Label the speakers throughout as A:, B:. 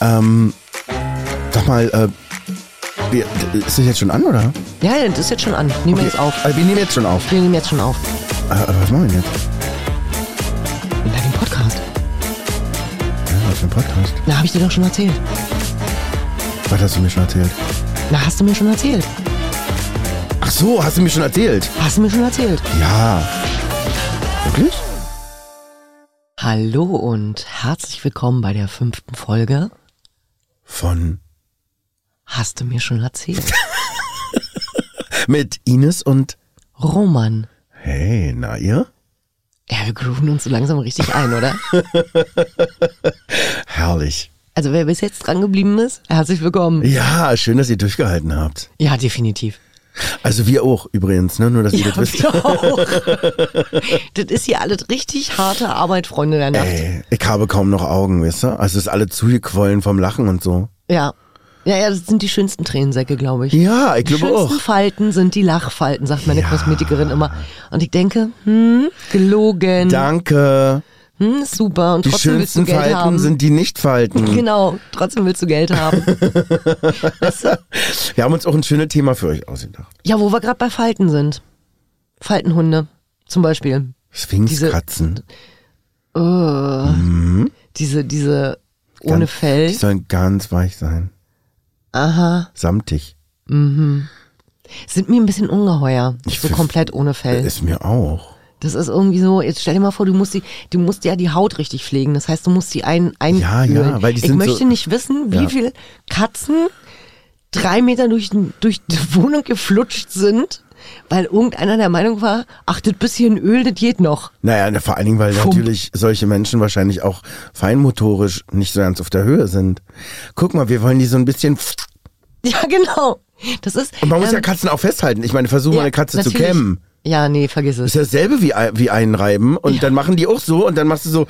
A: Ähm, sag mal, äh, wir, ist das jetzt schon an, oder?
B: Ja, ja, das ist jetzt schon an. Nehmen wir jetzt auf.
A: Äh, wir nehmen jetzt schon auf.
B: Wir nehmen jetzt schon auf.
A: Äh, aber was machen wir denn jetzt?
B: Na, den Podcast.
A: Ja, was für ein Podcast?
B: Na, habe ich dir doch schon erzählt.
A: Was hast du mir schon erzählt?
B: Na, hast du mir schon erzählt.
A: Ach so, hast du mir schon erzählt?
B: Hast du mir schon erzählt.
A: Ja. Wirklich?
B: Hallo und herzlich willkommen bei der fünften Folge.
A: Von
B: Hast du mir schon erzählt?
A: mit Ines und
B: Roman.
A: Hey, na ihr?
B: Ja, wir grooven uns so langsam richtig ein, oder?
A: Herrlich.
B: Also wer bis jetzt dran geblieben ist, herzlich willkommen.
A: Ja, schön, dass ihr durchgehalten habt.
B: Ja, definitiv.
A: Also wir auch übrigens, ne? Nur dass ihr
B: Ja,
A: das wisst.
B: wir auch. das ist hier alles richtig harte Arbeit, Freunde der Nacht.
A: Ey, ich habe kaum noch Augen, wisst ihr? Also es ist alle zugequollen vom Lachen und so.
B: Ja. Ja, ja, das sind die schönsten Tränensäcke, glaube ich.
A: Ja, ich
B: Die
A: glaube
B: schönsten
A: auch.
B: Falten sind die Lachfalten, sagt meine
A: Ja.
B: Kosmetikerin immer. Und ich denke, hm, gelogen,
A: Danke.
B: hm, super. Und
A: Die
B: trotzdem willst du
A: schönsten
B: Geld
A: Falten
B: haben.
A: sind die Nicht-Falten.
B: genau, trotzdem willst du Geld haben. weißt du?
A: Wir haben uns auch ein schönes Thema für euch ausgedacht.
B: Ja, wo wir gerade bei Falten sind. Faltenhunde zum Beispiel.
A: Sphinxkatzen.
B: Äh, Diese, diese ohne
A: Ganz- Die
B: Fell.
A: sollen ganz weich sein.
B: Aha.
A: Samtig.
B: Sind mir ein bisschen ungeheuer. so
A: find-
B: komplett ohne Fell.
A: Ist mir auch.
B: Das ist irgendwie so, jetzt stell dir mal vor, du musst die, du musst ja die Haut richtig pflegen. Das heißt, du musst die ein, ein
A: Ja, ja, weil die
B: Ich
A: sind
B: möchte
A: so-
B: nicht wissen, wie
A: Ja.
B: viele Katzen drei Meter durch, durch die Wohnung geflutscht sind, weil irgendeiner der Meinung war, ach, das bisschen Öl, das geht noch.
A: Naja, na, vor allen Dingen, weil
B: Fump.
A: natürlich solche Menschen wahrscheinlich auch feinmotorisch nicht so ganz auf der Höhe sind. Guck mal, wir wollen die so ein bisschen.
B: Ja, genau. Das ist.
A: Und man muss ja
B: ähm,
A: Katzen auch festhalten. Ich meine, versuch mal
B: ja,
A: eine Katze zu
B: natürlich.
A: kämmen.
B: Ja, nee, vergiss es.
A: Ist ja dasselbe wie, ein- wie einreiben. Und dann machen die auch so und dann machst du so.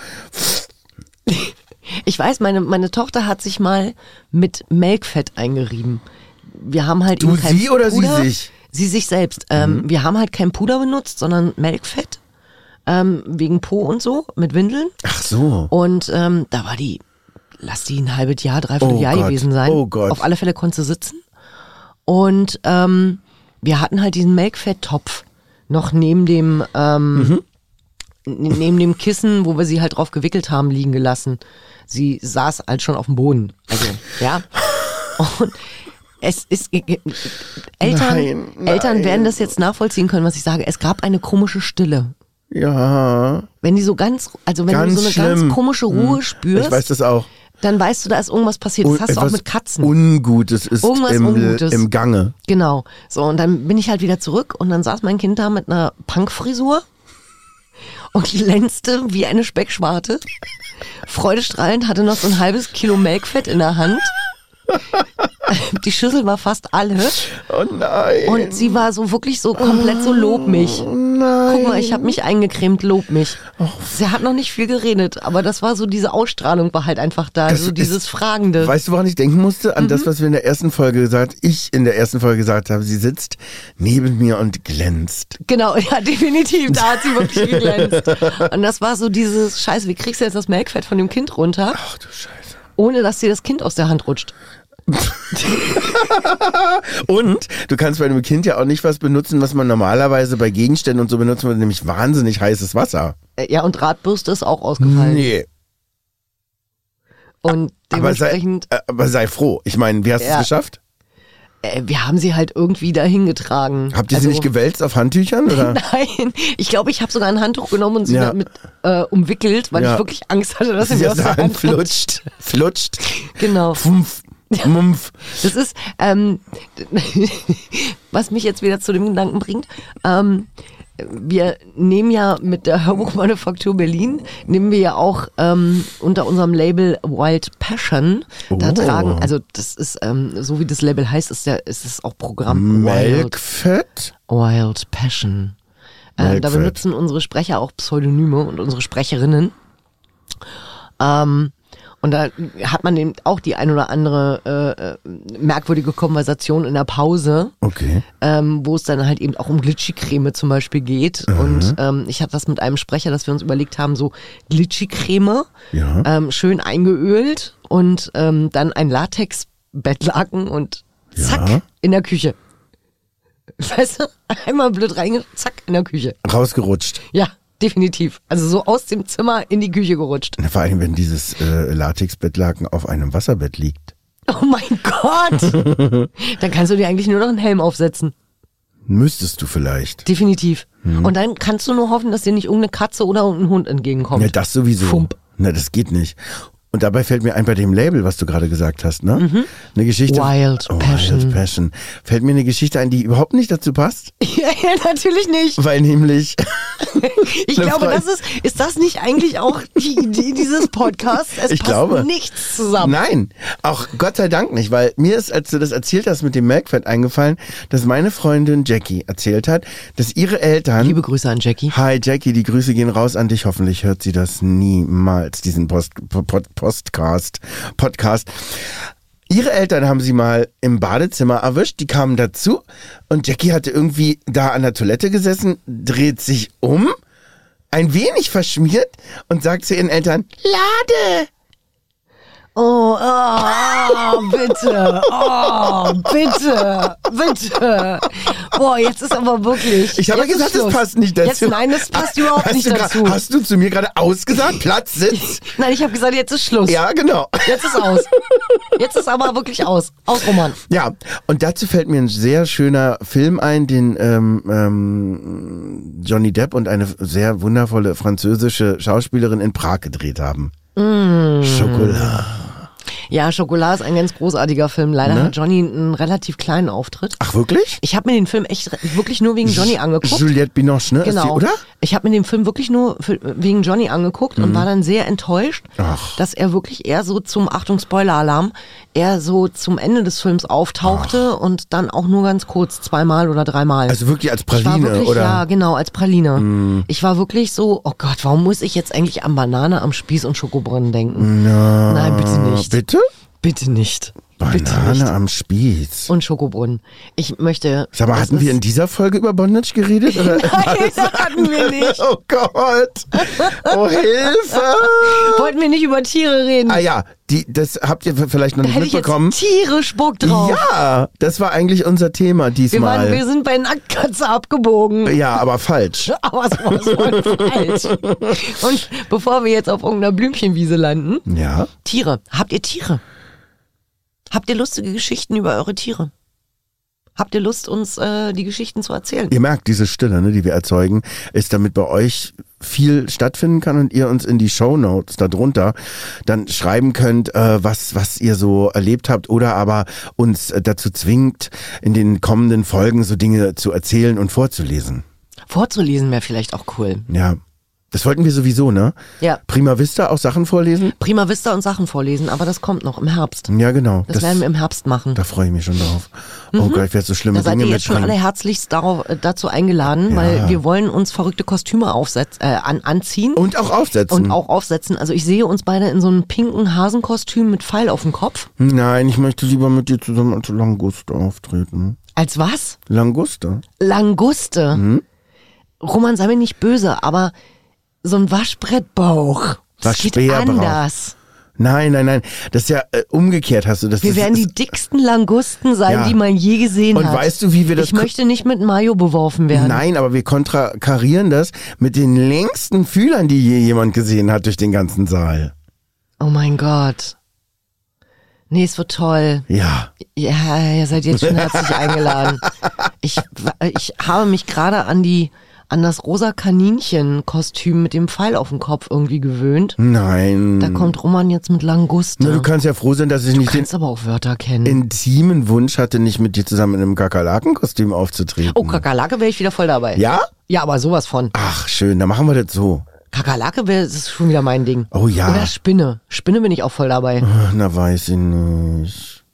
B: Ich weiß, meine, meine Tochter hat sich mal mit Melkfett eingerieben. Wir haben halt
A: Du,
B: eben kein
A: sie oder sie
B: Puder,
A: sich? Mhm.
B: Sie sich selbst. Ähm, wir haben halt kein Puder benutzt, sondern Melkfett. Ähm, wegen Po und so, mit Windeln.
A: Ach so.
B: Und ähm, da war die, lass die ein halbes Jahr, dreiviertel
A: Oh
B: Jahr
A: Gott,
B: gewesen sein.
A: oh Gott.
B: Auf alle Fälle konnte sie sitzen. Und ähm, wir hatten halt diesen Melkfetttopf noch neben dem,
A: Mhm.
B: ähm, n- neben dem Kissen, wo wir sie halt drauf gewickelt haben, liegen gelassen. Sie saß halt schon auf dem Boden. Also, ja. Und es ist ge- ge- Eltern,
A: Nein, nein.
B: Eltern werden das jetzt nachvollziehen können, was ich sage. Es gab eine komische Stille.
A: Ja.
B: Wenn die so ganz, also wenn
A: Ganz
B: du so eine
A: schlimm. Hm.
B: ganz komische Ruhe spürst,
A: Ich weiß das auch.
B: dann weißt du, da ist irgendwas passiert. Das hast du auch
A: Etwas
B: mit Katzen.
A: Ungutes ist
B: Irgendwas
A: im,
B: Ungutes.
A: im Gange.
B: genau. So, und dann bin ich halt wieder zurück und dann saß mein Kind da mit einer Punkfrisur und glänzte wie eine Speckschwarte. Freudestrahlend hatte noch so ein halbes Kilo Melkfett in der Hand. Die Schüssel war fast alle
A: Oh nein.
B: und sie war so wirklich so komplett so lob mich.
A: Oh nein.
B: Guck mal, ich habe mich eingecremt, lob mich. Sie hat noch nicht viel geredet, aber das war so, diese Ausstrahlung war halt einfach da,
A: Das
B: so
A: ist-
B: dieses Fragende.
A: Weißt du, woran ich denken musste? An
B: Mhm.
A: das, was wir in der ersten Folge gesagt, ich in der ersten Folge gesagt habe. Sie sitzt neben mir und glänzt.
B: Genau, ja, definitiv, da hat sie wirklich geglänzt. Und das war so dieses, scheiße, wie kriegst du jetzt das Melkfett von dem Kind runter,
A: Ach du Scheiße.
B: ohne dass dir das Kind aus der Hand rutscht.
A: Und du kannst bei einem Kind ja auch nicht was benutzen, was man normalerweise bei Gegenständen und so benutzt, nämlich wahnsinnig heißes Wasser.
B: Äh, Ja, und Radbürste ist auch ausgefallen.
A: Nee.
B: Und
A: Aber sei,
B: dementsprechend,
A: äh, aber sei froh. Ich meine, wie hast du
B: Ja.
A: es geschafft?
B: äh, wir haben sie halt irgendwie dahin getragen.
A: Habt ihr sie nicht gewälzt auf Handtüchern? Oder?
B: Also- Nein, ich glaube, ich habe sogar ein Handtuch genommen und sie
A: Ja.
B: damit äh, umwickelt, weil
A: Ja.
B: ich wirklich Angst hatte, dass sie
A: Sie
B: mir aus
A: aus
B: der Hand rutscht.
A: flutscht. Flutscht.
B: Genau.
A: Fumpf. Mumpf.
B: Das ist, ähm, was mich jetzt wieder zu dem Gedanken bringt. Ähm, wir nehmen ja mit der Hörbuchmanufaktur Berlin, nehmen wir ja auch ähm, unter unserem Label Wild Passion. Da
A: Oh.
B: tragen, also das ist, ähm, so wie das Label heißt, ist, der, ist es auch Programm Wild,
A: Melkfett?
B: Wild Passion. Äh, da
A: Melkfett.
B: benutzen unsere Sprecher auch Pseudonyme und unsere Sprecherinnen. Ähm, und da hat man eben auch die ein oder andere äh, äh, merkwürdige Konversation in der Pause,
A: Okay.
B: ähm, wo es dann halt eben auch um Glitschicreme zum Beispiel geht. Und ähm, ich hatte das mit einem Sprecher, dass wir uns überlegt haben, so Glitschicreme,
A: Ja.
B: ähm, schön eingeölt, und ähm, dann ein Latex-Bettlaken und zack,
A: Ja.
B: in der Küche. Weißt du, einmal blöd reinge, zack, in der Küche.
A: Rausgerutscht.
B: Ja, definitiv. Also so aus dem Zimmer in die Küche gerutscht.
A: Na, Vor allem, wenn dieses äh, Latexbettlaken auf einem Wasserbett liegt.
B: Oh mein Gott! dann kannst du dir eigentlich nur noch einen Helm aufsetzen.
A: Müsstest du vielleicht.
B: Definitiv.
A: Hm.
B: Und dann kannst du nur hoffen, dass dir nicht irgendeine Katze oder irgendein Hund entgegenkommt.
A: Ja, das sowieso.
B: Fump.
A: Na, das geht nicht. Und dabei fällt mir ein bei dem Label, was du gerade gesagt hast, ne? Eine Geschichte.
B: Mhm.
A: Oh,
B: Wild Passion.
A: Wild Passion. Fällt mir eine Geschichte ein, die überhaupt nicht dazu passt,
B: ja, ja, natürlich nicht.
A: weil nämlich
B: Ich
A: Eine
B: glaube,
A: Frage.
B: das ist, ist das nicht eigentlich auch die Idee dieses Podcasts? Es
A: Ich
B: passt
A: glaube.
B: nichts zusammen.
A: Nein, auch Gott sei Dank nicht, weil mir ist, als du das erzählt hast mit dem Melkfett eingefallen, dass meine Freundin Jackie erzählt hat, dass ihre Eltern.
B: Liebe Grüße an Jackie.
A: Hi Jackie, die Grüße gehen raus an dich. Hoffentlich hört sie das niemals, diesen Post, Po- Pod, Postcast, Podcast. Ihre Eltern haben sie mal im Badezimmer erwischt, die kamen dazu und Jackie hatte irgendwie da an der Toilette gesessen, dreht sich um, ein wenig verschmiert und sagt zu ihren Eltern, Lade!
B: Oh, oh, bitte. Oh, bitte. Bitte. Boah, jetzt ist aber wirklich.
A: Ich habe ja
B: jetzt ist
A: gesagt, das
B: Schluss.
A: passt nicht dazu. Ah,
B: Jetzt, nein, das passt überhaupt
A: hast
B: nicht
A: du gra-
B: dazu.
A: Hast du zu mir gerade ausgesagt, Platz, Sitz?
B: Nein, ich habe gesagt, jetzt ist Schluss.
A: ja, genau.
B: Jetzt ist aus. Jetzt ist aber wirklich aus. Aus, Roman.
A: Ja, und dazu fällt mir ein sehr schöner Film ein, den ähm, ähm, Johnny Depp und eine sehr wundervolle französische Schauspielerin in Prag gedreht haben.
B: Mm.
A: Schokolade.
B: Ja, Schokolade ist ein ganz großartiger Film. Leider
A: Ne?
B: hat Johnny einen relativ kleinen Auftritt.
A: Ach, wirklich?
B: Ich habe mir den Film echt re- wirklich nur wegen Johnny angeguckt.
A: Juliette Binoche, ne? Ist die,
B: Genau.
A: oder?
B: Ich habe mir den Film wirklich nur für, wegen Johnny angeguckt und war dann sehr enttäuscht,
A: Mhm. Ach.
B: dass er wirklich eher so zum Achtung Spoiler-Alarm, eher so zum Ende des Films auftauchte und dann auch nur ganz kurz, zweimal oder dreimal.
A: Also wirklich als
B: ich war
A: Praline,
B: wirklich,
A: oder? Mhm.
B: Ja, genau, als Praline. Ich war wirklich so, oh Gott, warum muss ich jetzt eigentlich an Banane am Spieß und Schokobrunnen
A: Mhm.
B: denken? Nein, bitte nicht.
A: Bitte?
B: Bitte nicht. Bitte
A: Banane
B: nicht.
A: am Spieß.
B: Und Schokobrunnen. Ich möchte.
A: Sag mal,
B: das
A: hatten
B: ist-
A: wir in dieser Folge über Bondage geredet? Oder?
B: Nein, das hatten wir nicht.
A: Oh Gott! Oh Hilfe!
B: Wollten wir nicht über Tiere reden.
A: Ah ja, die, das habt ihr vielleicht noch
B: Da
A: nicht
B: hätte ich jetzt
A: mitbekommen.
B: tierisch Bock drauf.
A: Ja, das war eigentlich unser Thema
B: wir, waren,
A: diesmal.
B: wir sind bei Nacktkatze abgebogen.
A: ja, aber falsch.
B: Aber es war so falsch. Und bevor wir jetzt auf irgendeiner Blümchenwiese landen,
A: Ja.
B: Tiere. Habt ihr Tiere? Habt ihr lustige Geschichten über eure Tiere? Habt ihr Lust, uns äh, die Geschichten zu erzählen?
A: Ihr merkt, diese Stille, ne, die wir erzeugen, ist damit bei euch viel stattfinden kann und ihr uns in die Shownotes darunter dann schreiben könnt, äh, was, was ihr so erlebt habt oder aber uns äh, dazu zwingt, in den kommenden Folgen so Dinge zu erzählen und vorzulesen.
B: Vorzulesen wäre vielleicht auch cool.
A: Ja. Das wollten wir sowieso, ne?
B: Ja.
A: Prima Vista auch Sachen vorlesen?
B: Prima Vista und Sachen vorlesen, aber das kommt noch im Herbst.
A: Ja, genau.
B: Das, werden wir im Herbst machen.
A: Da freue ich mich schon drauf. Oh Gott, ich werde so schlimme
B: Da seid
A: Dinge
B: ihr jetzt schon alle
A: mitbringen.
B: herzlichst darauf, äh, dazu eingeladen, weil wir wollen uns verrückte Kostüme aufsetz, äh, an, anziehen
A: Und auch aufsetzen.
B: und auch aufsetzen. Also ich sehe uns beide in so einem pinken Hasenkostüm mit Pfeil auf dem Kopf.
A: Nein, ich möchte lieber mit dir zusammen als Languste auftreten.
B: Als was?
A: Languste?
B: Languste.
A: Mhm.
B: Roman, sei mir nicht böse, aber so ein Waschbrettbauch. Das geht
A: Waschbärbrauch.
B: anders.
A: Nein, nein, nein. Das ist ja äh, umgekehrt hast du das.
B: Wir
A: das
B: werden die
A: ist,
B: dicksten Langusten sein,
A: Ja.
B: die man je gesehen
A: Und
B: hat.
A: weißt du, wie wir das
B: Ich
A: ko-
B: möchte nicht mit Mayo beworfen werden.
A: Nein, aber wir kontrakarieren das mit den längsten Fühlern, die je jemand gesehen hat durch den ganzen Saal.
B: Oh mein Gott. Nee, es wird toll.
A: Ja.
B: Ja, ihr seid jetzt schon herzlich eingeladen. Ich, ich habe mich gerade an die an das rosa Kaninchen-Kostüm mit dem Pfeil auf dem Kopf irgendwie gewöhnt.
A: Nein.
B: Da kommt Roman jetzt mit Languste.
A: Hm. Na, du kannst ja froh sein, dass ich
B: Du
A: nicht den
B: kannst aber auch Wörter kennen.
A: intimen Wunsch hatte, nicht mit dir zusammen in einem Kakerlakenkostüm aufzutreten.
B: oh, Kakerlake wäre ich wieder voll dabei.
A: Ja?
B: Ja, aber sowas von.
A: Ach, schön. Dann machen wir das so.
B: Kakerlake wäre, das ist schon wieder mein Ding.
A: Oh ja. Mhm.
B: Oder Spinne. Spinne bin ich auch voll dabei.
A: Ach, Na, weiß ich nicht.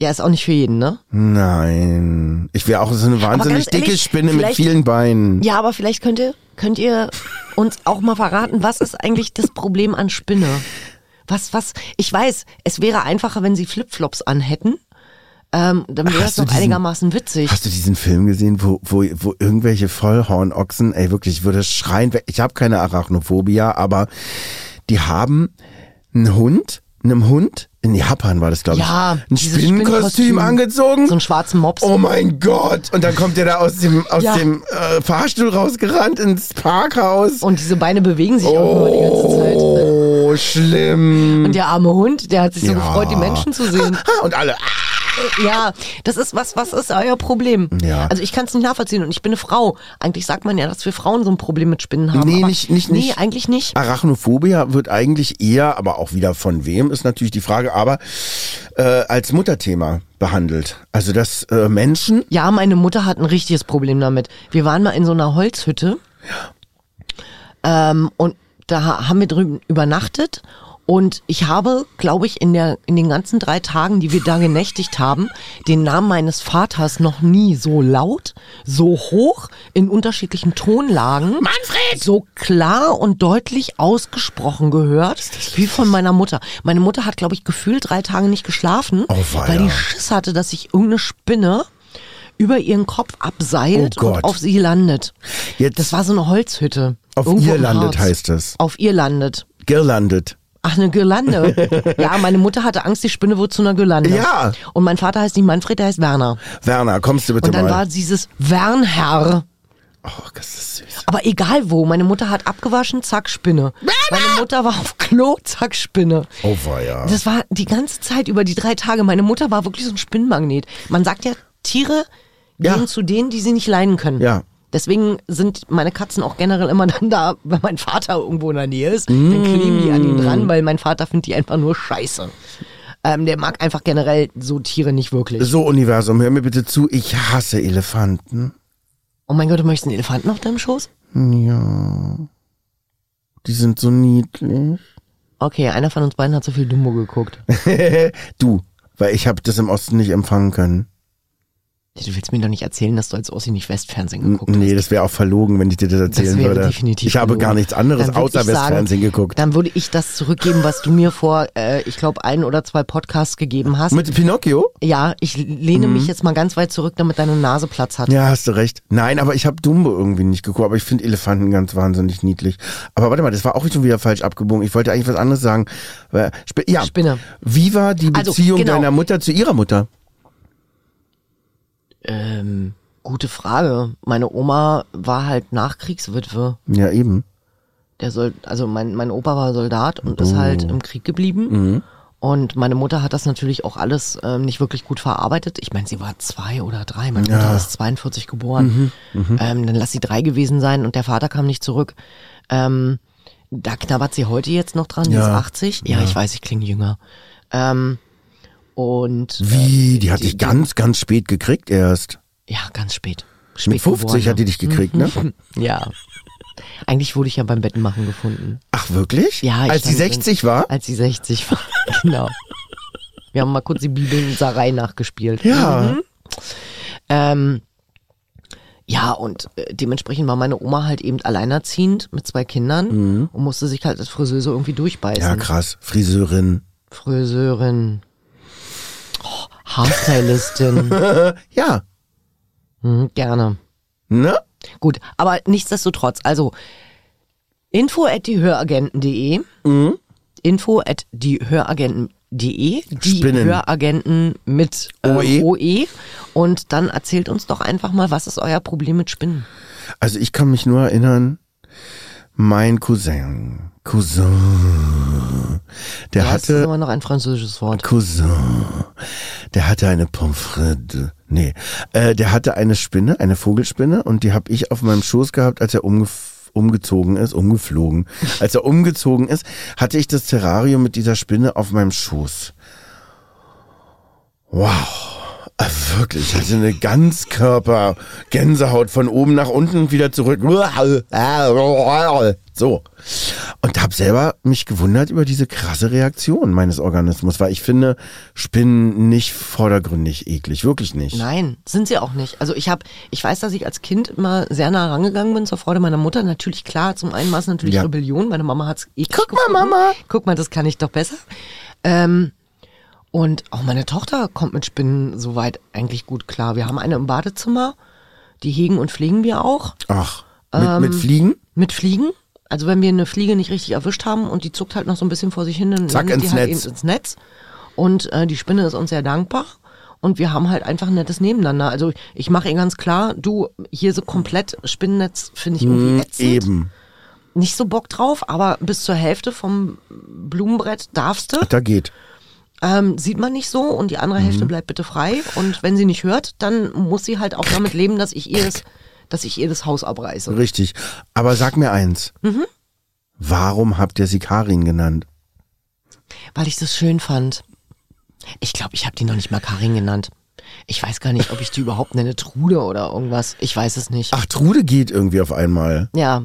B: Ja, ist auch nicht für jeden, ne?
A: Nein. Ich wäre auch so eine wahnsinnig
B: ganz ehrlich,
A: dicke Spinne mit
B: vielleicht-
A: vielen Beinen.
B: Ja, aber vielleicht könnt ihr, könnt ihr uns auch mal verraten, was ist eigentlich das Problem an Spinne? Was, was, ich weiß, es wäre einfacher, wenn sie Flipflops anhätten. Ähm, dann wäre es
A: Hast du
B: doch
A: diesen-
B: einigermaßen witzig.
A: Hast du diesen Film gesehen, wo, wo, wo irgendwelche Vollhornochsen, ey wirklich, ich würde schreien, ich habe keine Arachnophobia, aber die haben Ein Hund? Einem Hund? In Japan war das, glaube ich.
B: Ja,
A: Ein
B: dieses
A: Spinnenkostüm
B: Spinnenkostüm.
A: angezogen?
B: So einen schwarzen Mops.
A: Oh mein Gott! Und dann kommt der da aus dem, aus
B: Ja.
A: dem äh, Fahrstuhl rausgerannt ins Parkhaus.
B: Und diese Beine bewegen sich auch immer die ganze Zeit. äh,
A: Oh, schlimm.
B: Und der arme Hund, der hat sich so
A: Ja.
B: gefreut, die Menschen zu sehen.
A: Ah, Und alle. ah.
B: Ja, das ist was, was ist euer Problem?
A: Ja.
B: Also ich kann es nicht nachvollziehen und ich bin eine Frau. Eigentlich sagt man ja, dass wir Frauen so ein Problem mit Spinnen haben.
A: Nee,
B: aber-
A: nicht- nicht-
B: Nee,
A: nicht.
B: eigentlich nicht.
A: Arachnophobia wird eigentlich eher, aber auch wieder von wem, ist natürlich die Frage, aber äh, als Mutterthema behandelt. Also, dass äh, Menschen.
B: Ja, meine Mutter hat ein richtiges Problem damit. Wir waren mal in so einer Holzhütte. Ähm, und da ha- haben wir drüben übernachtet. Und ich habe, glaube ich, in, der, in den ganzen drei Tagen, die wir da genächtigt haben, den Namen meines Vaters noch nie so laut, so hoch, in unterschiedlichen Tonlagen,
A: Manfred!
B: so klar und deutlich ausgesprochen gehört, wie von meiner Mutter. Meine Mutter hat, glaube ich, gefühlt drei Tage nicht geschlafen,
A: Oh, weia.
B: weil die Schiss hatte, dass sich irgendeine Spinne über ihren Kopf abseilt
A: Oh Gott.
B: und auf sie landet.
A: Jetzt-
B: das war so eine Holzhütte.
A: Auf
B: Irgendwo
A: ihr
B: im
A: landet
B: Harz.
A: heißt es.
B: Auf ihr landet.
A: Girlandet.
B: Ach, eine Girlande. ja, meine Mutter hatte Angst, die Spinne wurde zu einer Girlande.
A: Ja.
B: Und mein Vater heißt nicht Manfred, der heißt Werner.
A: Werner, kommst du bitte
B: Und dann
A: mal.
B: war dieses Wernherr.
A: oh, das ist süß.
B: Aber egal wo, meine Mutter hat abgewaschen, zack, Spinne. Meine Mutter war auf Klo, zack, Spinne.
A: Oh, weia.
B: Das war die ganze Zeit über die drei Tage. Meine Mutter war wirklich so ein Spinnenmagnet. Man sagt ja, Tiere
A: Ja.
B: gehen zu denen, die sie nicht leiden können.
A: Ja.
B: Deswegen sind meine Katzen auch generell immer dann da, wenn mein Vater irgendwo in der Nähe ist.
A: Mm.
B: Dann kleben die an ihn dran, weil mein Vater findet die einfach nur scheiße. Ähm, der mag einfach generell so Tiere nicht wirklich.
A: So, Universum, hör mir bitte zu. Ich hasse Elefanten.
B: Oh mein Gott, du möchtest einen Elefanten auf deinem Schoß?
A: Ja. Die sind so niedlich.
B: Okay, einer von uns beiden hat so viel Dumbo geguckt.
A: du, weil ich habe das im Osten nicht empfangen können.
B: Du willst mir doch nicht erzählen, dass du als Ossi nicht Westfernsehen geguckt hast.
A: Nee, das wäre auch verlogen, wenn ich dir das erzählen
B: das wäre
A: würde.
B: definitiv.
A: ich habe
B: gelogen.
A: gar nichts anderes
B: Dann würd
A: außer
B: ich sagen,
A: Westfernsehen geguckt.
B: Dann würde ich das zurückgeben, was du mir vor, äh, ich glaube, ein oder zwei Podcasts gegeben hast.
A: Mit Pinocchio?
B: ja, ich lehne mich jetzt mal ganz weit zurück, damit deine Nase Platz hat.
A: Ja, hast du recht. Nein, aber ich habe Dumbo irgendwie nicht geguckt, aber ich finde Elefanten ganz wahnsinnig niedlich. Aber warte mal, das war auch schon wieder falsch abgebogen. Ich wollte eigentlich was anderes sagen. Weil- Sp ja.
B: Spinne.
A: Wie war die
B: Also,
A: Beziehung
B: genau.
A: deiner Mutter zu ihrer Mutter?
B: Ähm, gute Frage. Meine Oma war halt Nachkriegswitwe.
A: Ja, eben.
B: Der soll, also mein, mein Opa war Soldat und ist halt
A: Oh.
B: im Krieg geblieben.
A: Mhm.
B: Und meine Mutter hat das natürlich auch alles ähm, nicht wirklich gut verarbeitet. Ich meine, sie war zwei oder drei. Meine Mutter ist 42 geboren.
A: Mhm.
B: Ähm, dann lass sie drei gewesen sein und der Vater kam nicht zurück. Ähm, da knabbert sie heute jetzt noch dran. Die
A: Ja.
B: ist 80. Ja, ich weiß, ich klinge jünger. Ähm, und ähm,
A: Wie? Die hatte ich ganz, ganz spät gekriegt erst.
B: ja, ganz spät. spät
A: Mit 50
B: geboren,
A: hat die dich gekriegt, ne?
B: Ja. Eigentlich wurde ich ja beim Bettenmachen gefunden.
A: Ach, wirklich?
B: Ja, ich
A: Als die
B: stand drin.
A: 60 war?
B: Als sie 60 war, genau. Wir haben mal kurz die Bibel in Sarai nachgespielt.
A: Ja.
B: Ähm, ja, und äh, dementsprechend war meine Oma halt eben alleinerziehend mit zwei Kindern und musste sich halt als Friseuse irgendwie durchbeißen.
A: Mhm. Ja, krass. Friseurin.
B: Friseurin. Oh, Haarstylistin.
A: Ja,
B: hm, gerne.
A: ne?
B: Gut, aber nichtsdestotrotz, also info at diehöragenten.de
A: Mhm.
B: info at diehöragenten.de die
A: Spinnen. E.
B: Höragenten mit
A: OE.
B: äh, OE und dann erzählt uns doch einfach mal, was ist euer Problem mit Spinnen?
A: Also ich kann mich nur erinnern, mein Cousin, Cousin, der
B: Ja, das ist
A: hatte,
B: immer noch ein französisches Wort.
A: Cousin, der hatte eine Pommes frites, nee, äh, der hatte eine Spinne, eine Vogelspinne und die habe ich auf meinem Schoß gehabt, als er umgef umgezogen ist, umgeflogen. Als er umgezogen ist, hatte ich das Terrarium mit dieser Spinne auf meinem Schoß. Wow. Ah, Wirklich, ich hatte eine Ganzkörper Gänsehaut von oben nach unten und wieder zurück. So. Und habe selber mich gewundert über diese krasse Reaktion meines Organismus, weil ich finde Spinnen nicht vordergründig eklig, wirklich nicht.
B: Nein, sind sie auch nicht. Also ich habe, ich weiß, dass ich als Kind immer sehr nah rangegangen bin zur Freude meiner Mutter. Natürlich klar, zum einen war es natürlich
A: Ja.
B: Rebellion. Meine Mama hat's eklig
A: Guck mal,
B: gefunden.
A: Mama.
B: Guck mal, das kann ich doch besser. Ähm, und auch meine Tochter kommt mit Spinnen soweit eigentlich gut klar. Wir haben eine im Badezimmer, die hegen und pflegen wir auch Ähm,
A: Ach, mit, mit Fliegen?
B: mit Fliegen. also wenn wir eine Fliege nicht richtig erwischt haben und die zuckt halt noch so ein bisschen vor sich hin, dann
A: Zack,
B: landet die
A: ins
B: halt
A: Netz.
B: eben ins Netz. Und äh, die Spinne ist uns sehr dankbar. Und wir haben halt einfach ein nettes Nebeneinander. Also ich mache ihr ganz klar, du, hier so komplett Spinnennetz finde ich irgendwie ätzend.
A: Mm, Mhm, Eben.
B: Nicht so Bock drauf, aber bis zur Hälfte vom Blumenbrett darfst du.
A: Da geht.
B: Ähm, sieht man nicht so und die andere
A: Mhm.
B: Hälfte bleibt bitte frei. Und wenn sie nicht hört, dann muss sie halt auch damit leben, dass ich ihr das, dass ich ihr das Haus abreiße.
A: Richtig. Aber sag mir eins.
B: Mhm.
A: Warum habt ihr sie Karin genannt?
B: Weil ich das schön fand. Ich glaube, ich habe die noch nicht mal Karin genannt. Ich weiß gar nicht, ob ich die überhaupt nenne Trude oder irgendwas. Ich weiß es nicht.
A: Ach, Trude geht irgendwie auf einmal.
B: Ja,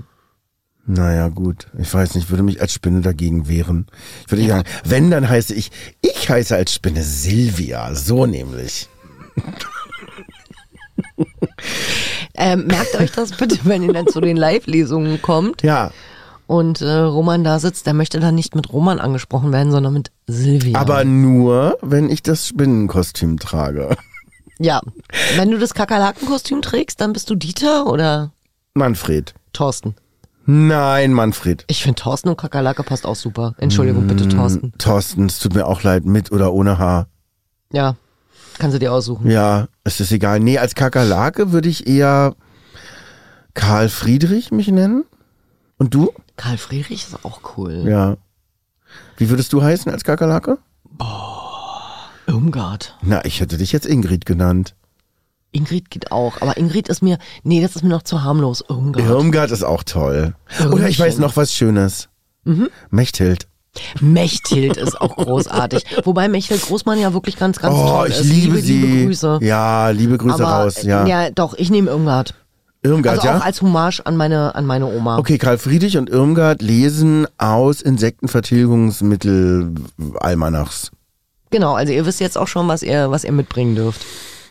A: Naja, gut. Ich weiß nicht, würde mich als Spinne dagegen wehren. Ich würde sagen, wenn, dann heiße ich, ich heiße als Spinne Silvia. So nämlich.
B: ähm, merkt euch das bitte, wenn ihr dann zu den Live-Lesungen kommt
A: Ja.
B: und äh, Roman da sitzt, der möchte dann nicht mit Roman angesprochen werden, sondern mit Silvia.
A: Aber nur, wenn ich das Spinnenkostüm trage.
B: ja, wenn du das Kakerlakenkostüm trägst, dann bist du Dieter oder
A: Manfred.
B: Thorsten.
A: Nein, Manfred.
B: Ich finde Thorsten und Kakerlake passt auch super. Entschuldigung,
A: Mm.
B: bitte Thorsten.
A: Thorsten, es tut mir auch leid, mit oder ohne Haar.
B: Ja, kannst du dir aussuchen.
A: Ja, es ist egal. Nee, als Kakerlake würde ich eher Karl Friedrich mich nennen. Und du?
B: Karl Friedrich ist auch cool.
A: Ja. Wie würdest du heißen als Kakerlake?
B: Irmgard.
A: Na, ich hätte dich jetzt Ingrid genannt.
B: Ingrid geht auch, aber Ingrid ist mir, nee, das ist mir noch zu harmlos. Oh Irmgard.
A: Irmgard ist auch toll. Oder ich
B: Irmchen.
A: weiß noch was Schönes.
B: Mhm.
A: Mechthild.
B: Mechthild ist auch großartig. Wobei Mechthild Großmann ja wirklich ganz, ganz
A: Oh,
B: toll
A: ich
B: ist.
A: liebe, sie.
B: Also, Liebe Grüße.
A: Ja, liebe Grüße
B: aber,
A: raus.
B: äh,
A: Ja.
B: ja, doch, ich nehme Irmgard.
A: Irmgard,
B: Also
A: ja?
B: auch als Hommage an meine, an meine Oma.
A: Okay, Karl Friedrich und Irmgard lesen aus Insektenvertilgungsmittel-Almanachs.
B: Genau, also ihr wisst jetzt auch schon, was ihr, was ihr mitbringen dürft.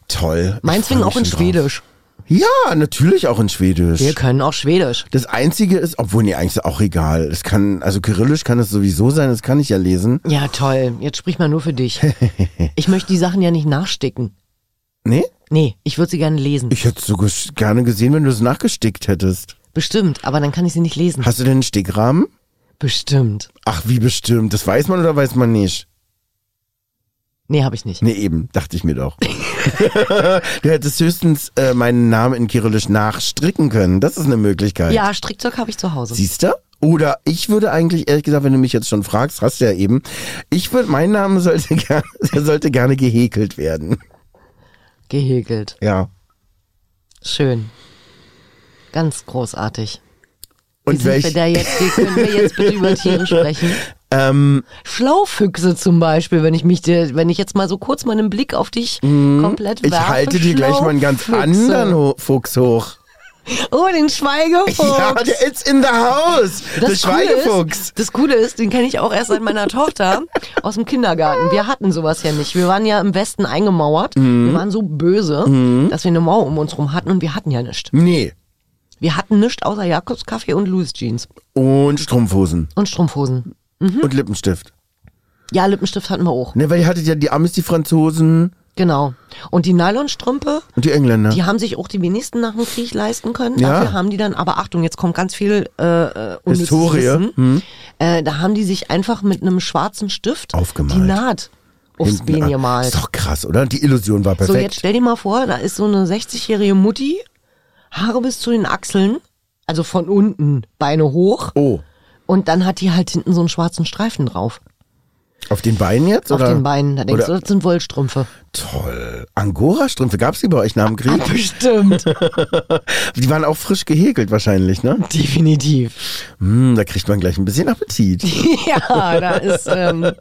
A: Toll. Ich
B: Meins
A: freu
B: fing
A: mich
B: auch in
A: schon drauf.
B: Schwedisch.
A: Ja, natürlich auch in
B: Wir
A: Schwedisch.
B: können auch Schwedisch.
A: Das Einzige ist, obwohl, nee, eigentlich ist auch egal. Es kann, also Kyrillisch kann es sowieso sein, das kann ich ja lesen.
B: Ja, toll. Jetzt sprich mal nur für dich. Ich möchte die Sachen ja nicht nachsticken.
A: Nee?
B: Nee, ich würde sie gerne lesen.
A: Ich hätte es so ges- gerne gesehen, wenn du es nachgestickt hättest.
B: Bestimmt, aber dann kann ich sie nicht lesen.
A: Hast du denn einen Stickrahmen?
B: Bestimmt.
A: Ach, wie bestimmt. Das weiß man oder weiß man nicht?
B: Nee, habe ich nicht.
A: Nee, eben, dachte ich mir doch. du hättest höchstens äh, meinen Namen in Kyrillisch nachstricken können. Das ist eine Möglichkeit.
B: Ja, Strickzeug habe ich zu Hause.
A: Siehst du? Oder ich würde eigentlich, ehrlich gesagt, wenn du mich jetzt schon fragst, hast du ja eben, ich würde, mein Name sollte gerne, der sollte gerne gehäkelt werden.
B: Gehäkelt.
A: Ja.
B: Schön. Ganz großartig. Wie
A: Und
B: sind wir
A: welch,
B: da jetzt? Wie können wir jetzt bitte über Tiere sprechen?
A: ähm,
B: Schlaufüchse zum Beispiel, wenn ich mich dir, wenn ich jetzt mal so kurz meinen Blick auf dich komplett
A: Mhm. ich
B: werfe.
A: halte dir gleich mal einen ganz
B: Schlaufüchse.
A: anderen Ho Fuchs hoch.
B: Oh, den Schweigefuchs.
A: Ja, der ist in the house. der
B: Coole
A: Schweigefuchs.
B: Ist, das Coole ist, den kenne ich auch erst seit meiner Tochter aus dem Kindergarten. Wir hatten sowas ja nicht. Wir waren ja im Westen eingemauert.
A: Mhm.
B: Wir waren so böse, dass wir eine Mauer um uns rum hatten und wir hatten ja nichts.
A: Nee.
B: Wir hatten nichts außer Jakobskaffee und Loose Jeans
A: Und Strumpfhosen.
B: und Strumpfhosen.
A: Und Lippenstift.
B: Ja, Lippenstift hatten wir auch.
A: Ne, weil ihr hattet ja die Amis, die Franzosen
B: Genau. Und die Nylonstrümpfe,
A: und die Engländer.
B: die haben sich auch die wenigsten nach dem Krieg leisten können.
A: Ja.
B: Dafür haben die dann, aber Achtung, jetzt kommt ganz viel äh, äh, unnützes
A: Historie. Hm.
B: Wissen. Äh, da haben die sich einfach mit einem schwarzen Stift
A: Aufgemalt.
B: die Naht aufs
A: Hinten
B: Bein
A: an.
B: gemalt.
A: Ist doch krass, oder? Die Illusion war
B: So, jetzt
A: perfekt.
B: stell dir mal vor, da ist so eine 60-jährige Mutti, Haare bis zu den Achseln, also von unten, Beine hoch.
A: oh,
B: Und dann hat die halt hinten so einen schwarzen Streifen drauf.
A: auf den Beinen jetzt?
B: Auf
A: oder?
B: den Beinen. Da denkst
A: oder,
B: du, das sind Wollstrümpfe.
A: Toll. Angora-Strümpfe, gab's die bei euch nach dem
B: Ah,
A: Krieg?
B: Bestimmt.
A: Die waren auch frisch gehäkelt wahrscheinlich, ne?
B: Definitiv.
A: Hm, da kriegt man gleich ein bisschen Appetit.
B: Ja, da ist, ähm,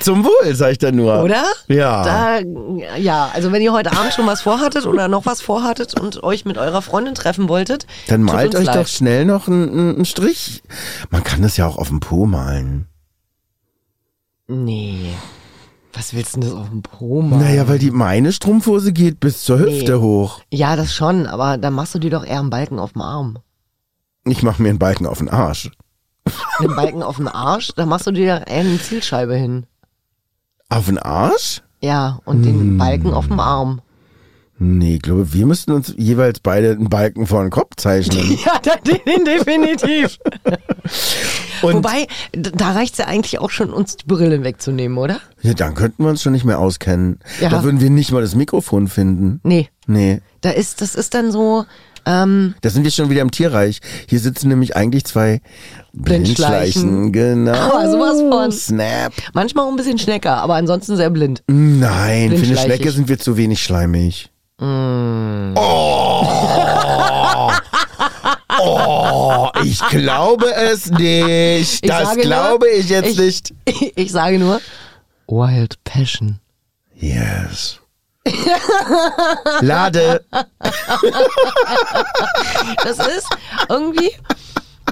A: Zum Wohl, sag ich da nur.
B: oder?
A: Ja.
B: Da, ja, also wenn ihr heute Abend schon was vorhattet oder noch was vorhattet und euch mit eurer Freundin treffen wolltet,
A: Dann
B: tut
A: malt
B: uns
A: euch
B: leid.
A: doch schnell noch einen- einen, einen Strich. Man kann das ja auch auf dem Po malen.
B: Nee. Was willst du denn das auf dem Po machen?
A: Naja, weil die meine Strumpfhose geht bis zur Hüfte
B: Nee.
A: hoch.
B: Ja, das schon, aber dann machst du dir doch eher einen Balken auf dem Arm.
A: Ich mache mir einen Balken auf den Arsch.
B: Einen Balken auf dem Arsch, da machst du dir doch eher eine Zielscheibe hin.
A: Auf den Arsch?
B: Hm. Ja, und den Balken auf dem Arm.
A: Nee, ich glaube, wir müssten uns jeweils beide einen Balken vor den Kopf zeichnen.
B: Ja, da- den definitiv.
A: Und
B: Wobei, d- da reicht es ja eigentlich auch schon, uns die Brille wegzunehmen, oder?
A: ja, dann könnten wir uns schon nicht mehr auskennen.
B: Ja.
A: Da würden wir nicht mal das Mikrofon finden.
B: Nee.
A: Nee.
B: Da ist, das ist dann so, ähm,
A: Da sind wir schon wieder im Tierreich. Hier sitzen nämlich eigentlich zwei Blindschleichen.
B: Blindschleichen.
A: Genau.
B: Aber sowas von.
A: Snap.
B: manchmal auch ein bisschen schnecker, aber ansonsten sehr blind.
A: Nein, für eine
B: Blindschleichig.
A: Schnecke sind wir zu wenig schleimig.
B: Mm.
A: Oh. oh, ich glaube es nicht.
B: Ich
A: das
B: sage nur,
A: glaube ich jetzt nicht.
B: Ich sage nur, Wild Passion.
A: Yes. Lade.
B: Das ist irgendwie,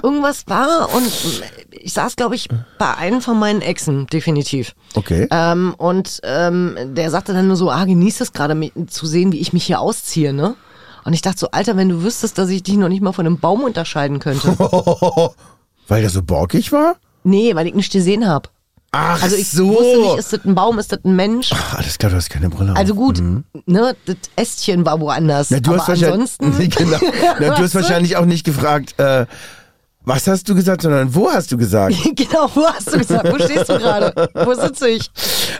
B: irgendwas war und ich saß, glaube ich, bei einem von meinen Exen, definitiv.
A: Okay.
B: Ähm, und ähm, der sagte dann nur so, ah, genieß das gerade mi- zu sehen, wie ich mich hier ausziehe, ne? Und ich dachte so, Alter, wenn du wüsstest, dass ich dich noch nicht mal von einem Baum unterscheiden könnte.
A: Weil der so borkig war?
B: nee, weil ich nicht gesehen habe.
A: Ach
B: Also ich
A: so.
B: wusste nicht, ist das ein Baum, ist das ein Mensch?
A: Ach, alles klar, du hast keine Brille.
B: Also
A: auf.
B: gut, ne, das Ästchen war woanders.
A: Na, du
B: aber
A: hast wahrscheinlich,
B: ansonsten,
A: genau, na, du hast wahrscheinlich auch nicht gefragt, äh, was hast du gesagt, sondern wo hast du gesagt?
B: genau, wo hast du gesagt, wo stehst du gerade? Wo sitze ich?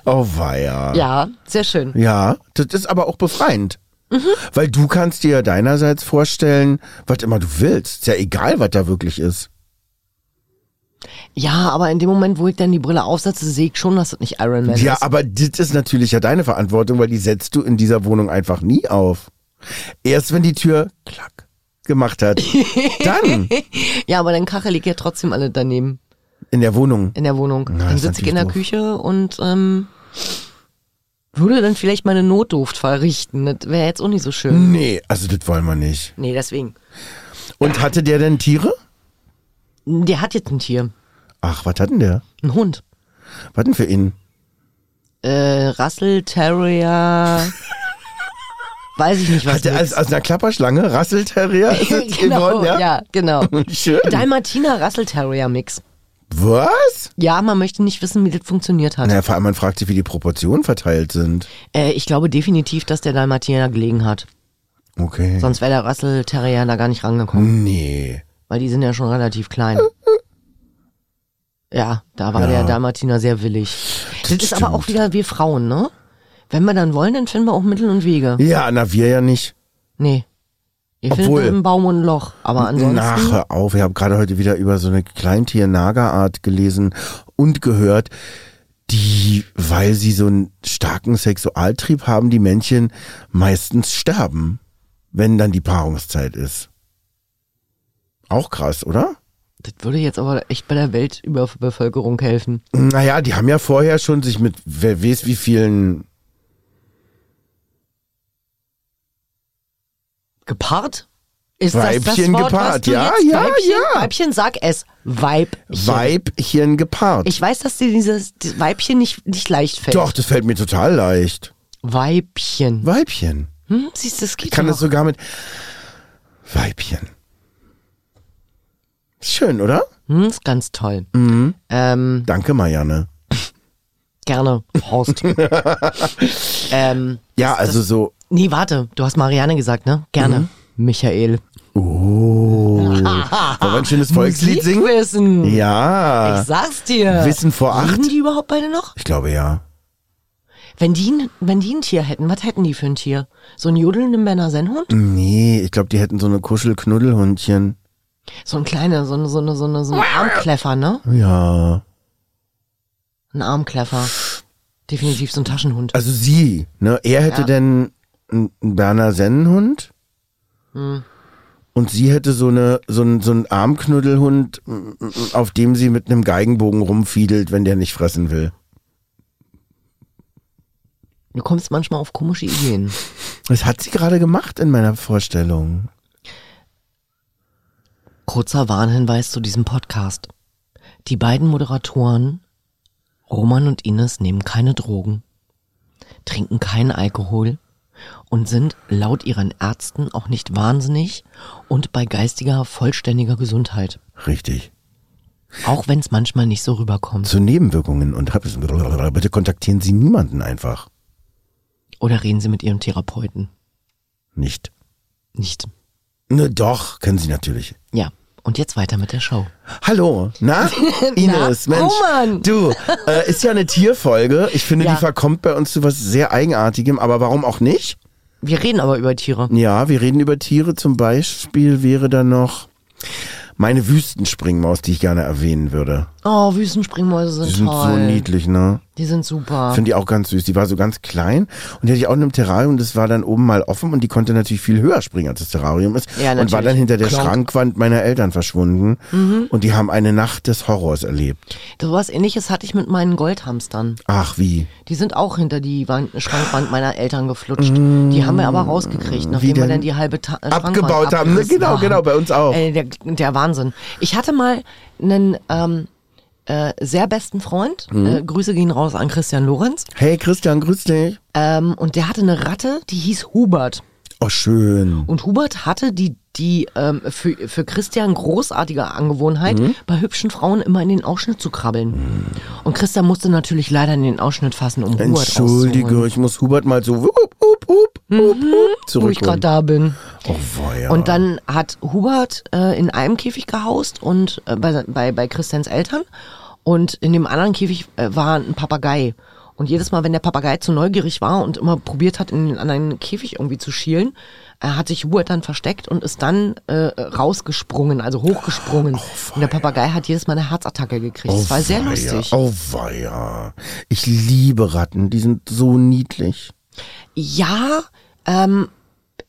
A: Oh weia.
B: Ja, sehr schön.
A: Ja, das ist aber auch befreiend.
B: Mhm.
A: Weil du kannst dir deinerseits vorstellen, was immer du willst. Ist ja egal, was da wirklich ist.
B: Ja, aber in dem Moment, wo ich dann die Brille aufsetze, sehe ich schon, dass das nicht Iron Man
A: ja,
B: ist.
A: aber das ist natürlich ja deine Verantwortung, weil die setzt du in dieser Wohnung einfach nie auf. Erst wenn die Tür klack gemacht hat. dann
B: Ja, aber dann kachel ich ja trotzdem alle daneben.
A: in der Wohnung.
B: in der Wohnung.
A: Na,
B: dann
A: ist
B: sitze
A: natürlich
B: ich in der
A: doof.
B: Küche und ähm, würde dann vielleicht meine Notdurft verrichten. Das wäre jetzt auch nicht so schön.
A: Nee, also das wollen wir nicht.
B: Nee, deswegen.
A: Und hatte der denn Tiere?
B: Der hat jetzt ein Tier.
A: Ach, was hat denn der?
B: Ein Hund.
A: Was denn für ihn?
B: Äh, Russell Terrier. Weiß ich nicht, was
A: Hat er
B: mit.
A: als aus einer Klapperschlange Rasselterrier? Ist das
B: genau,
A: geworden, ja?
B: ja, genau.
A: Schön.
B: Dalmatiner Russell Terrier Mix.
A: Was?
B: Ja, man möchte nicht wissen, wie das funktioniert hat.
A: Na, vor allem man fragt sich, wie die Proportionen verteilt sind.
B: Äh, ich glaube definitiv, dass der Dalmatiner gelegen hat.
A: Okay.
B: Sonst wäre der Russell Terrier da gar nicht rangekommen.
A: nee.
B: Weil die sind ja schon relativ klein. Ja, da war der Dalmatiner sehr willig. Das, ist aber auch wieder wir Frauen, ne? Wenn wir dann wollen, dann finden wir auch Mittel und Wege.
A: Ja, na, wir ja nicht.
B: Nee. Ihr
A: Obwohl-
B: findet einen Baum und ein Loch. Aber ansonsten.
A: Nach, hör auf. Ich habe gerade heute wieder über so eine Kleintier-Nagerart gelesen und gehört, die, weil sie so einen starken Sexualtrieb haben, die Männchen meistens sterben, wenn dann die Paarungszeit ist. Auch krass, oder?
B: Das würde jetzt aber echt bei der Weltüberbevölkerung helfen.
A: Naja, die haben ja vorher schon sich mit wer weiß wie vielen.
B: Gepaart? Ist
A: Weibchen
B: das das Wort, was
A: gepaart,
B: du
A: ja,
B: jetzt?
A: ja,
B: Weibchen,
A: ja.
B: Weibchen, sag es. Weibchen.
A: Weibchen gepaart.
B: Ich weiß, dass dir dieses das Weibchen nicht, nicht leicht fällt.
A: Doch, das fällt mir total leicht.
B: Weibchen.
A: Weibchen.
B: Hm? Siehst du, das geht
A: Ich kann
B: doch.
A: das sogar mit Weibchen. Schön, oder?
B: Hm, ist ganz toll.
A: Mhm.
B: Ähm,
A: Danke, Marianne.
B: gerne, Horst. ähm,
A: Ja, also so.
B: nee, warte, du hast Marianne gesagt, ne?
A: Mhm.
B: Gerne. Michael.
A: Oh. Wollen wir ein schönes Volkslied singen?
B: Musikwissen. Ich Mhm.
A: Ja.
B: sag's dir.
A: Wissen vor acht.
B: Lieben die überhaupt beide noch?
A: Ich glaube ja.
B: Wenn die, ein- wenn die ein Tier hätten, was hätten die für ein Tier? So einen jodelnden Männer-Sennhund?
A: Nee, ich glaube, die hätten so eine Kuschel-Knuddelhündchen.
B: So ein kleiner, so eine, so eine, so eine, so ein Armkläffer, ne?
A: Ja.
B: Ein Armkläffer. Definitiv so ein Taschenhund.
A: Also sie, ne? Er hätte
B: Ja.
A: denn einen Berner Sennenhund.
B: Hm.
A: Und sie hätte so eine so einen, so einen Armknuddelhund, m- m- auf dem sie mit einem Geigenbogen rumfiedelt, wenn der nicht fressen will.
B: Du kommst manchmal auf komische Ideen.
A: Das hat sie gerade gemacht in meiner Vorstellung.
B: Kurzer Warnhinweis zu diesem Podcast. Die beiden Moderatoren, Roman und Ines, nehmen keine Drogen, trinken keinen Alkohol und sind laut ihren Ärzten auch nicht wahnsinnig und bei geistiger, vollständiger Gesundheit.
A: Richtig.
B: Auch wenn es manchmal nicht so rüberkommt.
A: Zu Nebenwirkungen und bitte kontaktieren Sie niemanden einfach.
B: Oder reden Sie mit Ihrem Therapeuten.
A: Nicht.
B: Nicht.
A: Ne, doch, können Sie natürlich.
B: Ja. Und jetzt weiter mit der Show.
A: Hallo, na? Ines,
B: Na?
A: Mensch.
B: Oh Mann.
A: Du, äh, ist ja eine Tierfolge. Ich finde,
B: Ja.
A: die verkommt bei uns zu was sehr Eigenartigem, aber warum auch nicht?
B: Wir reden aber über Tiere.
A: Ja, wir reden über Tiere. Zum Beispiel wäre da noch meine Wüstenspringmaus, die ich gerne erwähnen würde.
B: Oh, Wüstenspringmäuse sind,
A: Die sind
B: toll.
A: so niedlich, ne?
B: Die sind super.
A: Finde ich auch ganz süß. Die war so ganz klein und die hatte ich auch in einem Terrarium. Das war dann oben mal offen und die konnte natürlich viel höher springen, als das Terrarium ist.
B: Ja,
A: und war
B: natürlich. Mhm.
A: dann hinter der
B: Klonk.
A: Schrankwand meiner Eltern verschwunden. Und die haben eine Nacht des Horrors erlebt.
B: So was ähnliches hatte ich mit meinen Goldhamstern.
A: Ach, wie.
B: Die sind auch hinter die Wand, Schrankwand meiner Eltern geflutscht. Die haben wir aber rausgekriegt, nachdem wir
A: Mm, denn?
B: dann die halbe Ta äh, Schrankwand
A: Abgebaut haben, ne?
B: abgerissen
A: Genau,
B: haben.
A: genau, bei uns auch.
B: Äh, der, der Wahnsinn. Ich hatte mal einen ähm, äh, sehr besten Freund,
A: Mhm.
B: äh, Grüße gehen raus an Christian Lorenz,
A: Hey Christian, grüß dich.
B: ähm, und der hatte eine Ratte, die hieß Hubert.
A: Oh, schön.
B: Und Hubert hatte die, die ähm, für, für Christian großartige Angewohnheit,
A: Mhm.
B: bei hübschen Frauen immer in den Ausschnitt zu krabbeln. Und Christian musste natürlich leider in den Ausschnitt fassen, um Hubert rauszuholen,
A: Entschuldige, ich muss Hubert mal so up, up, up, up, up
B: wo Mhm. ich gerade
A: zurückholen.
B: da bin.
A: Oh, weia.
B: Und dann hat Hubert äh, in einem Käfig gehaust und äh, bei, bei, bei Christians Eltern und in dem anderen Käfig äh, war ein Papagei. Und jedes Mal, wenn der Papagei zu neugierig war und immer probiert hat, in den anderen Käfig irgendwie zu schielen, äh, hat sich Hubert dann versteckt und ist dann äh, rausgesprungen, also hochgesprungen. und der Papagei hat jedes Mal eine Herzattacke gekriegt.
A: oh,
B: das war sehr
A: weia.
B: lustig.
A: Oh, weia. Ich liebe Ratten, die sind so niedlich.
B: Ja, ähm,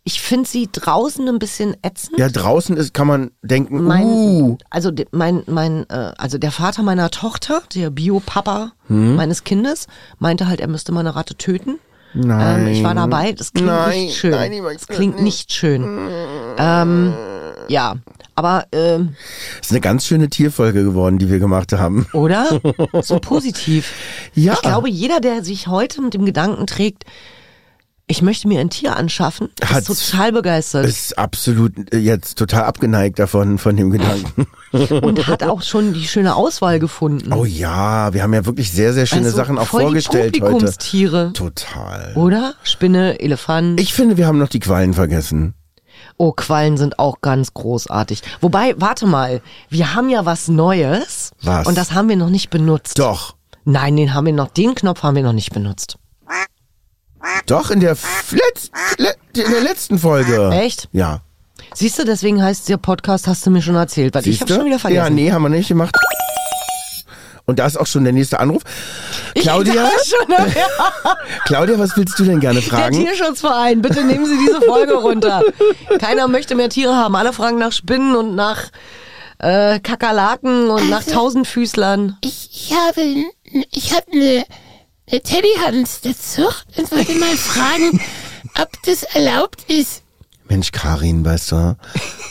B: ich finde sie draußen ein bisschen ätzend.
A: Ja, draußen ist, kann man denken,
B: mein,
A: uh,
B: also de, mein, mein, äh, also der Vater meiner Tochter, der Bio-Papa
A: Hm?
B: meines Kindes, meinte halt, er müsste mal eine Ratte töten.
A: Nein.
B: Ähm, ich war dabei. Das klingt
A: Nein,
B: nicht schön.
A: nein, ich mag's
B: das klingt nicht, schön.
A: Hm.
B: Ähm, ja, aber ähm,
A: ist eine ganz schöne Tierfolge geworden, die wir gemacht haben.
B: oder so positiv.
A: Ja.
B: Ich glaube, jeder, der sich heute mit dem Gedanken trägt, ich möchte mir ein Tier anschaffen,
A: Hat's-
B: ist total begeistert.
A: Ist absolut äh, jetzt total abgeneigt davon, von dem Gedanken.
B: und hat auch schon die schöne Auswahl gefunden.
A: Oh ja, wir haben ja wirklich sehr, sehr schöne
B: Also
A: Sachen auch
B: voll die
A: vorgestellt heute.
B: Publikumstiere. Oh.
A: Total.
B: Oder? Spinne, Elefant.
A: Ich finde, wir haben noch die Quallen vergessen.
B: oh, Quallen sind auch ganz großartig. Wobei, warte mal, wir haben ja was Neues.
A: Was?
B: Und das haben wir noch nicht benutzt.
A: Doch.
B: Nein, den haben wir noch, den Knopf haben wir noch nicht benutzt.
A: Doch, in der, f- Letz le in der letzten Folge.
B: Echt?
A: Ja.
B: Siehst du, deswegen heißt der Podcast, hast du mir schon erzählt, weil ich
A: Siehste?
B: habe schon wieder
A: Ja,
B: vergessen.
A: nee, haben wir nicht gemacht. Und da ist auch schon der nächste Anruf. Claudia,
B: Ich dachte schon,
A: Claudia, was willst du denn gerne
B: der
A: fragen?
B: Tierschutzverein, bitte nehmen Sie diese Folge runter. Keiner möchte mehr Tiere haben. Alle fragen nach Spinnen und nach äh, Kakerlaken und nach Tausendfüßlern.
C: Ich, ich habe, ich habe eine, eine Teddyhans der Zucht und wollte mal fragen, ob das erlaubt ist.
A: Mensch, Karin, weißt du,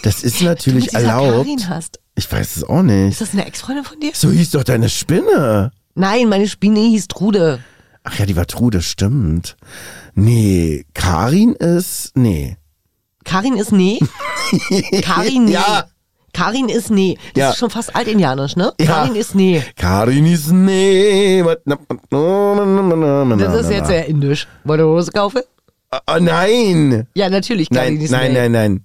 A: das ist natürlich
B: mit dieser
A: erlaubt.
B: Karin hast.
A: Ich weiß es auch nicht.
B: Ist das eine Ex-Freundin von dir?
A: So hieß doch deine Spinne.
B: Nein, meine Spinne hieß Trude.
A: Ach ja, die war Trude, stimmt. Nee, Karin ist, nee.
B: Karin ist nee. Karin nee.
A: Ja.
B: Karin ist nee. Das
A: Ja.
B: ist schon fast altindianisch, ne?
A: Ja.
B: Karin ist nee.
A: Karin ist, nee.
B: Das ist jetzt sehr indisch. Wollt ihr Hose kaufen?
A: Oh, nein.
B: Ja, natürlich, Karin
A: Nein,
B: ist
A: nein,
B: nee.
A: nein, nein.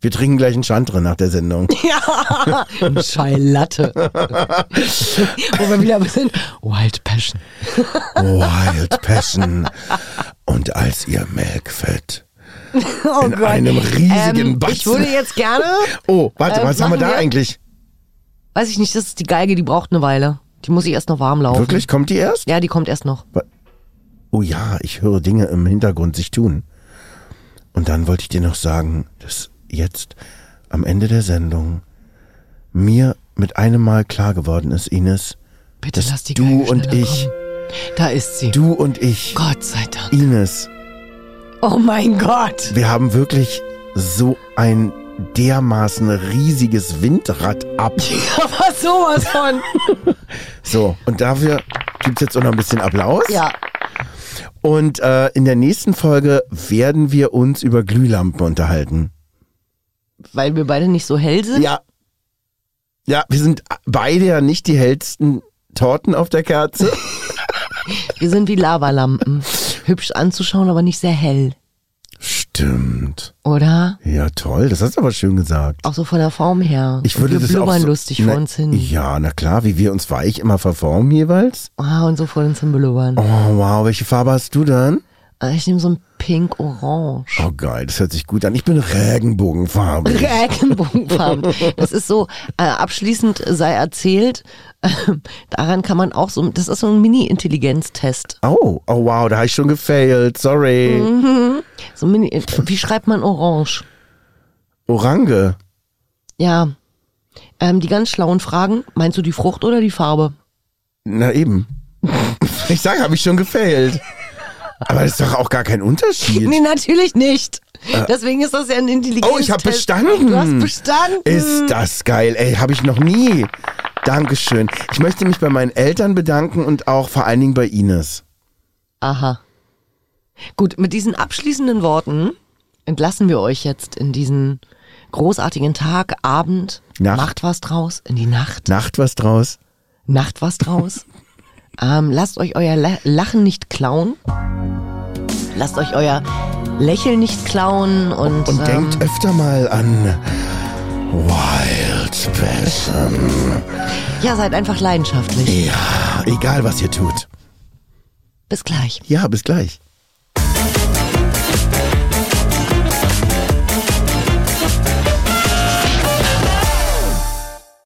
A: Wir trinken gleich einen Chantre nach der Sendung.
B: Ja, ein Schei Latte. Wo wir wieder sind. Wild Passion.
A: Wild Passion. Und als ihr Melkfett
B: Oh
A: in einem riesigen
B: ähm, Ich würde
A: Batzen.
B: jetzt gerne,
A: Oh, warte,
B: Äh,
A: was haben wir
B: machen
A: da
B: wir?
A: eigentlich?
B: weiß ich nicht, das ist die Geige, die braucht eine Weile. Die muss ich erst noch warm laufen.
A: Wirklich? Kommt die erst?
B: Ja, die kommt erst noch.
A: Oh ja, ich höre Dinge im Hintergrund sich tun. Und dann wollte ich dir noch sagen, dass jetzt am Ende der Sendung mir mit einem Mal klar geworden ist, Ines,
B: Bitte
A: dass
B: lass die
A: du
B: Geige
A: und
B: schneller
A: ich,
B: kommen. Da ist sie.
A: du und ich,
B: Gott sei Dank.
A: Ines,
B: Oh mein Gott.
A: wir haben wirklich so ein dermaßen riesiges Windrad ab.
B: Aber sowas von.
A: So, und dafür gibt's jetzt auch noch ein bisschen Applaus.
B: Ja,
A: Und äh, in der nächsten Folge werden wir uns über Glühlampen unterhalten.
B: weil wir beide nicht so hell sind.
A: Ja. Ja, wir sind beide ja nicht die hellsten Torten auf der Kerze.
B: Wir sind wie Lavalampen. Hübsch anzuschauen, aber nicht sehr hell.
A: Stimmt.
B: oder?
A: Ja, toll. Das hast du aber schön gesagt.
B: Auch so von der Form her.
A: Ich würde
B: wir
A: das auch
B: blubbern
A: so, Ne,
B: lustig
A: na,
B: vor uns hin.
A: Ja, na klar, wie wir uns weich immer verformen jeweils.
B: Ah, und so vor uns hin blubbern.
A: Oh, wow, welche Farbe hast du dann?
B: Ah, Ich nehme so ein Pink-Orange.
A: Oh geil, das hört sich gut an. Ich bin Regenbogenfarbe.
B: Regenbogenfarben. Das ist so, äh, abschließend sei erzählt, äh, daran kann man auch so, das ist so ein Mini-Intelligenztest.
A: Oh, oh wow, da habe ich schon gefailt. Sorry.
B: So ein Mini, äh, wie schreibt man Orange?
A: Orange.
B: Ja. Ähm, die ganz schlauen Fragen, meinst du die Frucht oder die Farbe?
A: Na eben. ich sage, habe ich schon gefailt. Aber das ist doch auch gar kein Unterschied.
B: Nee, natürlich nicht. Deswegen ist das ja ein Intelligenztest.
A: Äh. Oh, ich habe bestanden.
B: Du hast bestanden.
A: Ist das geil, ey, habe ich noch nie. Dankeschön. Ich möchte mich bei meinen Eltern bedanken und auch vor allen Dingen bei Ines.
B: Aha. Gut, mit diesen abschließenden Worten entlassen wir euch jetzt in diesen großartigen Tag, Abend.
A: Nacht.
B: Macht was draus, in die Nacht.
A: Nacht was draus.
B: Nacht was draus. ähm, lasst euch euer Lä- Lachen nicht klauen. Lasst euch euer Lächeln nicht klauen. Und,
A: Und
B: ähm,
A: denkt öfter mal an Wild Passion.
B: ähm, ja, seid einfach leidenschaftlich.
A: Ja, egal was ihr tut.
B: Bis gleich.
A: Ja, bis gleich.